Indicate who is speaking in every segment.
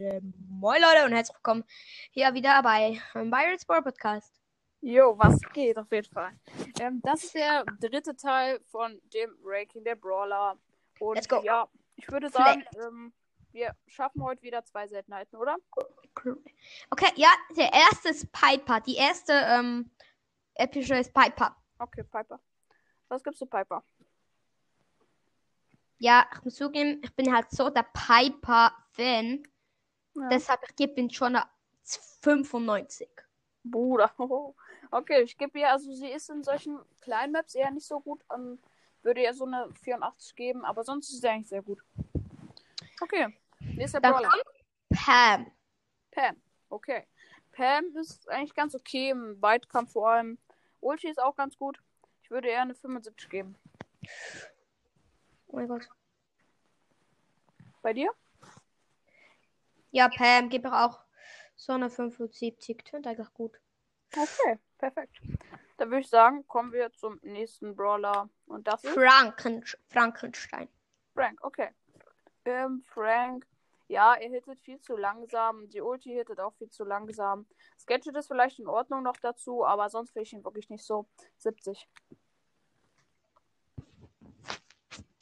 Speaker 1: Äh, moin Leute und herzlich willkommen hier wieder bei ähm, Pirates Ball Podcast.
Speaker 2: Jo, was geht auf jeden Fall. Ähm, das ist der dritte Teil von dem Ranking der Brawler. Und
Speaker 1: Let's go.
Speaker 2: ja, ich würde sagen, ähm, wir schaffen heute wieder zwei Seltenheiten, oder?
Speaker 1: Okay, ja, der erste ist Piper. Die erste ähm, epische ist Piper.
Speaker 2: Okay, Piper. Was gibst du Piper?
Speaker 1: Ja, ich muss zugeben, ich bin halt so der Piper-Fan.
Speaker 2: Ja.
Speaker 1: Deshalb, ich gebe ihm schon eine 95.
Speaker 2: Bruder. Okay, ich gebe ihr, also sie ist in solchen kleinen Maps eher nicht so gut. Ähm, würde ihr so eine 84 geben, aber sonst ist sie eigentlich sehr gut. Okay. Nächster
Speaker 1: Dann
Speaker 2: Brawler.
Speaker 1: kommt Pam.
Speaker 2: Pam. Okay. Pam ist eigentlich ganz okay im Weitkampf vor allem. Ulti ist auch ganz gut. Ich würde eher eine 75 geben.
Speaker 1: Oh mein Gott.
Speaker 2: Bei dir?
Speaker 1: Ja, Pam, gebe ich auch so eine 75. Tönt eigentlich gut.
Speaker 2: Okay, perfekt. Dann würde ich sagen, kommen wir zum nächsten Brawler. Und das
Speaker 1: Hm?
Speaker 2: ist
Speaker 1: Franken Frankenstein.
Speaker 2: Frank. Okay. Ähm, Frank. Ja, er hittet viel zu langsam. Die Ulti hittet auch viel zu langsam. Sketchet ist vielleicht in Ordnung noch dazu, aber sonst will ich ihn wirklich nicht so. 70.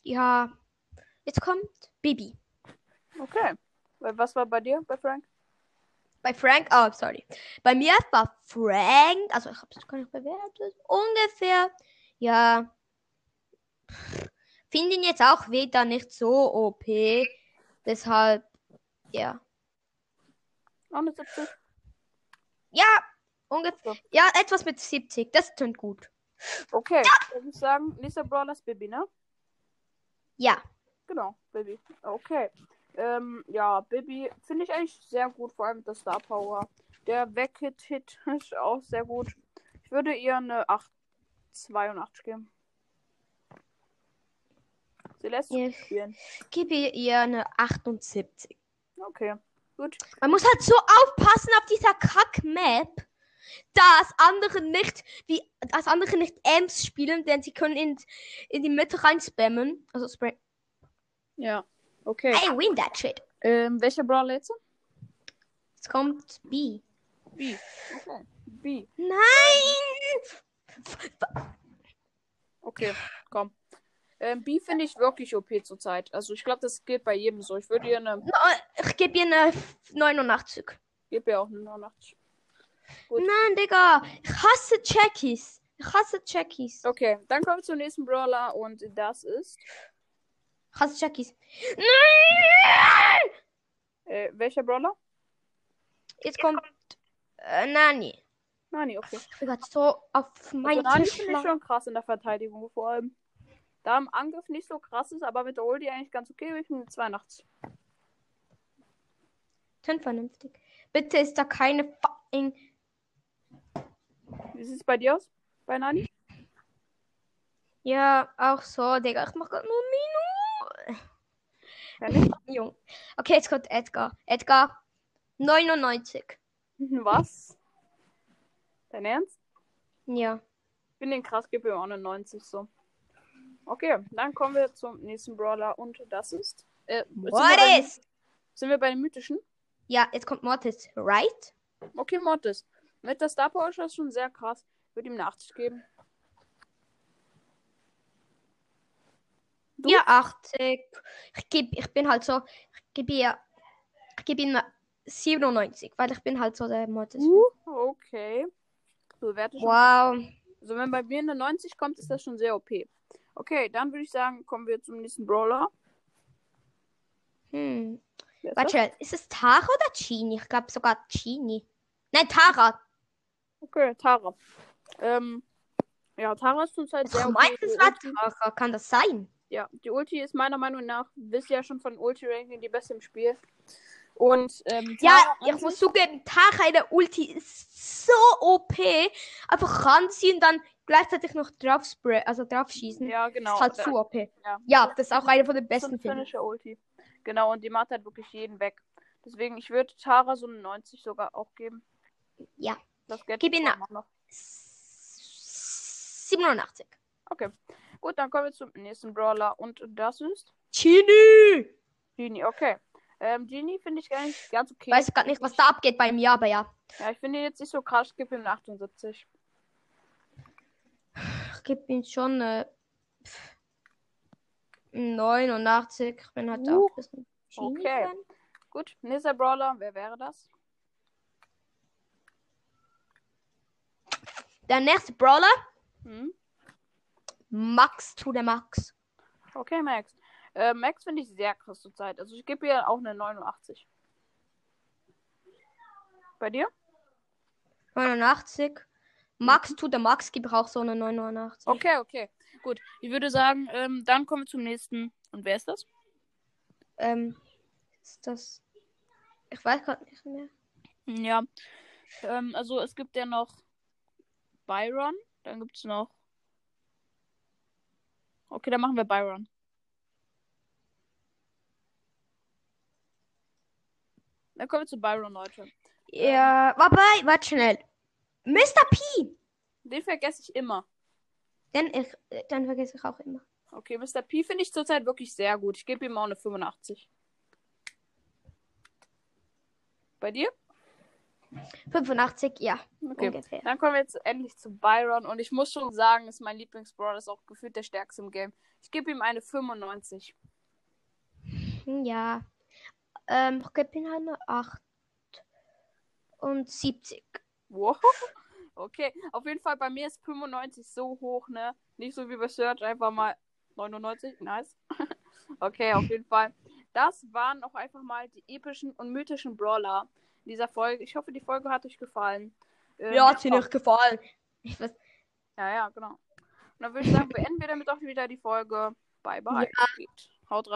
Speaker 1: Ja. Jetzt kommt Bibi.
Speaker 2: Okay. Äh, Was war bei dir, bei Frank?
Speaker 1: Bei Frank, oh, sorry. Bei mir war Frank, also ich habe es gar nicht bewertet, ungefähr, ja. Finde ihn jetzt auch wieder nicht so OP. Deshalb, ja.
Speaker 2: Auch eine 70?
Speaker 1: Ja, ungefähr. Ja, etwas mit 70. Das tönt gut.
Speaker 2: Okay, dann würde ich sagen, nächster Brawler ist Bibi, ne?
Speaker 1: Ja.
Speaker 2: Genau, Bibi. Okay. Ähm, ja, Bibi finde ich eigentlich sehr gut, vor allem mit der Star Power. Der Wegkit-Hit ist auch sehr gut. Ich würde ihr eine 8, 82 geben. Sie lässt sich
Speaker 1: Ja.
Speaker 2: spielen.
Speaker 1: Gebe ihr eine 78.
Speaker 2: Okay, gut.
Speaker 1: Man muss halt so aufpassen auf dieser Kack-Map, dass andere nicht, wie, dass andere nicht Ems spielen, denn sie können in, in die Mitte rein spammen. Also spray. Ah.
Speaker 2: Ja, okay.
Speaker 1: I win that shit.
Speaker 2: Ähm, welcher Brawler jetzt?
Speaker 1: Jetzt kommt B.
Speaker 2: Okay. B.
Speaker 1: Nein!
Speaker 2: Okay, komm. Ähm, B finde ich wirklich OP zurzeit. Also ich glaube, das gilt bei jedem so. Ich würde ihr eine
Speaker 1: No, ich gebe ihr eine 89.
Speaker 2: Gib mir auch eine 89. Gut.
Speaker 1: Nein, Digga. Ich hasse Checkies. Ich hasse Checkies.
Speaker 2: Okay, dann kommen wir zum nächsten Brawler und das ist.
Speaker 1: Ich hasse Checkies. Nein!
Speaker 2: Äh, welcher Brawler?
Speaker 1: Jetzt kommt äh, Nani.
Speaker 2: Nani, okay.
Speaker 1: Ich bin grad so auf
Speaker 2: Also
Speaker 1: meinen
Speaker 2: Nani
Speaker 1: Tisch.
Speaker 2: finde ich schon krass in der Verteidigung vor allem. Da im Angriff nicht so krass ist, aber mit der Ulti eigentlich ganz okay. Ich bin 82.
Speaker 1: Tönt vernünftig. Bitte ist da keine fucking.
Speaker 2: Wie sieht es bei dir aus? Bei Nani?
Speaker 1: Ja, auch so, Digga. Ich mach grad nur Minu.
Speaker 2: Ja, nicht.
Speaker 1: Jung. Okay, jetzt kommt Edgar. Edgar 99.
Speaker 2: Was? Dein Ernst?
Speaker 1: Ja.
Speaker 2: Ich bin den krass, gib mir auch eine 90 so. Okay, dann kommen wir zum nächsten Brawler und das ist. Äh, sind wir bei-
Speaker 1: Mortis!
Speaker 2: Sind wir bei den mythischen?
Speaker 1: Ja, jetzt kommt Mortis. Right?
Speaker 2: Okay, Mortis. Mit der Star Power ist das schon sehr krass. Würde ihm eine 80 geben. Du?
Speaker 1: Ja, 80. Ich, geb, ich bin halt so. Ich gebe ihr. Ich gebe ihm 97, weil ich bin halt so der Mortis.
Speaker 2: Uh. Okay. Du wertest schon.
Speaker 1: Wow.
Speaker 2: Also, wenn bei mir eine 90 kommt, ist das schon sehr OP. Okay, dann würde ich sagen, kommen wir zum nächsten Brawler.
Speaker 1: Hm.
Speaker 2: Wer ist
Speaker 1: Warte, schnell. ist es Tara oder Chini? Ich glaube sogar Chini. Nein, Tara.
Speaker 2: das? Okay, Tara. Ähm, ja, Tara ist zurzeit
Speaker 1: Ich
Speaker 2: sehr OP.
Speaker 1: meine,
Speaker 2: Die
Speaker 1: es war
Speaker 2: Ulti-
Speaker 1: Tara. Kann das sein?
Speaker 2: Ja, die Ulti ist meiner Meinung nach, wisst ihr ja schon von Ulti-Ranking, die beste im Spiel. Und, ähm,
Speaker 1: Ja,
Speaker 2: Tara an
Speaker 1: ich muss zugeben, Tara in der Ulti ist so OP. Einfach ranziehen, dann gleichzeitig noch drauf spray, also drauf schießen.
Speaker 2: sich- Ja, genau.
Speaker 1: Ist halt zu OP.
Speaker 2: ja.
Speaker 1: Ja, das ist auch eine von den
Speaker 2: so
Speaker 1: besten
Speaker 2: ein
Speaker 1: Filmen.
Speaker 2: finnischer Ulti. Genau, und die macht halt wirklich jeden weg. Deswegen, ich würde Tara so eine 90 sogar auch geben.
Speaker 1: Ja.
Speaker 2: Das Geld
Speaker 1: Gib ihn ab.
Speaker 2: noch.
Speaker 1: 87.
Speaker 2: Okay. Gut, dann kommen wir zum nächsten Brawler. Und das ist
Speaker 1: Chini!
Speaker 2: Genie. Okay. Ähm, Genie finde ich eigentlich ganz okay.
Speaker 1: Weiß gerade nicht, was da abgeht bei mir, aber ja.
Speaker 2: Ja, ich finde ihn jetzt nicht so krass. Ich gebe ihm eine 78.
Speaker 1: Ich gebe ihm schon äh, pff, 89, wenn halt
Speaker 2: Uh,
Speaker 1: auch ein bisschen
Speaker 2: okay.
Speaker 1: Genie drin.
Speaker 2: Gut, nächster Brawler. Wer wäre das?
Speaker 1: Der nächste Brawler,
Speaker 2: Hm?
Speaker 1: Max to the Max.
Speaker 2: Okay, Max. Äh, Max finde ich sehr krass zurzeit. Also ich gebe ihr auch eine 89. Bei dir?
Speaker 1: 89. Max to the Max gibt auch so eine 89.
Speaker 2: Okay, okay. Gut. Ich würde sagen, ähm, dann kommen wir zum nächsten. Und wer ist das?
Speaker 1: Ähm, ist das. Ich weiß gerade nicht mehr.
Speaker 2: Ja. Ähm, also es gibt ja noch Byron. Dann gibt es noch. Okay, dann machen wir Byron. Dann kommen wir zu Byron, Leute.
Speaker 1: Ja, warte, Äh, warte schnell. Mr. P!
Speaker 2: Den vergesse ich immer.
Speaker 1: Den, ich, den vergesse ich auch immer.
Speaker 2: Okay, Mr. P finde ich zurzeit wirklich sehr gut. Ich gebe ihm auch eine 85. Bei dir?
Speaker 1: 85, ja.
Speaker 2: Okay.
Speaker 1: Ungefähr.
Speaker 2: Dann kommen wir jetzt endlich zu Byron und ich muss schon sagen, ist mein Lieblingsbrawler, ist auch gefühlt der stärkste im Game. Ich gebe ihm eine 95.
Speaker 1: Hm, Ja. Ähm, ich gebe ihm eine 8 und 70.
Speaker 2: Wow. Okay, auf jeden Fall bei mir ist 95 so hoch, ne? Nicht so wie bei Search, einfach mal 99. Nice. okay, auf jeden Fall. Das waren auch einfach mal die epischen und mythischen Brawler in dieser Folge. Ich hoffe, die Folge hat euch gefallen. Ähm,
Speaker 1: gefallen. Ich weiß,
Speaker 2: Ja, ja, genau. Und dann würde ich sagen, beenden wir damit auch wieder die Folge. Bye, bye. Geht.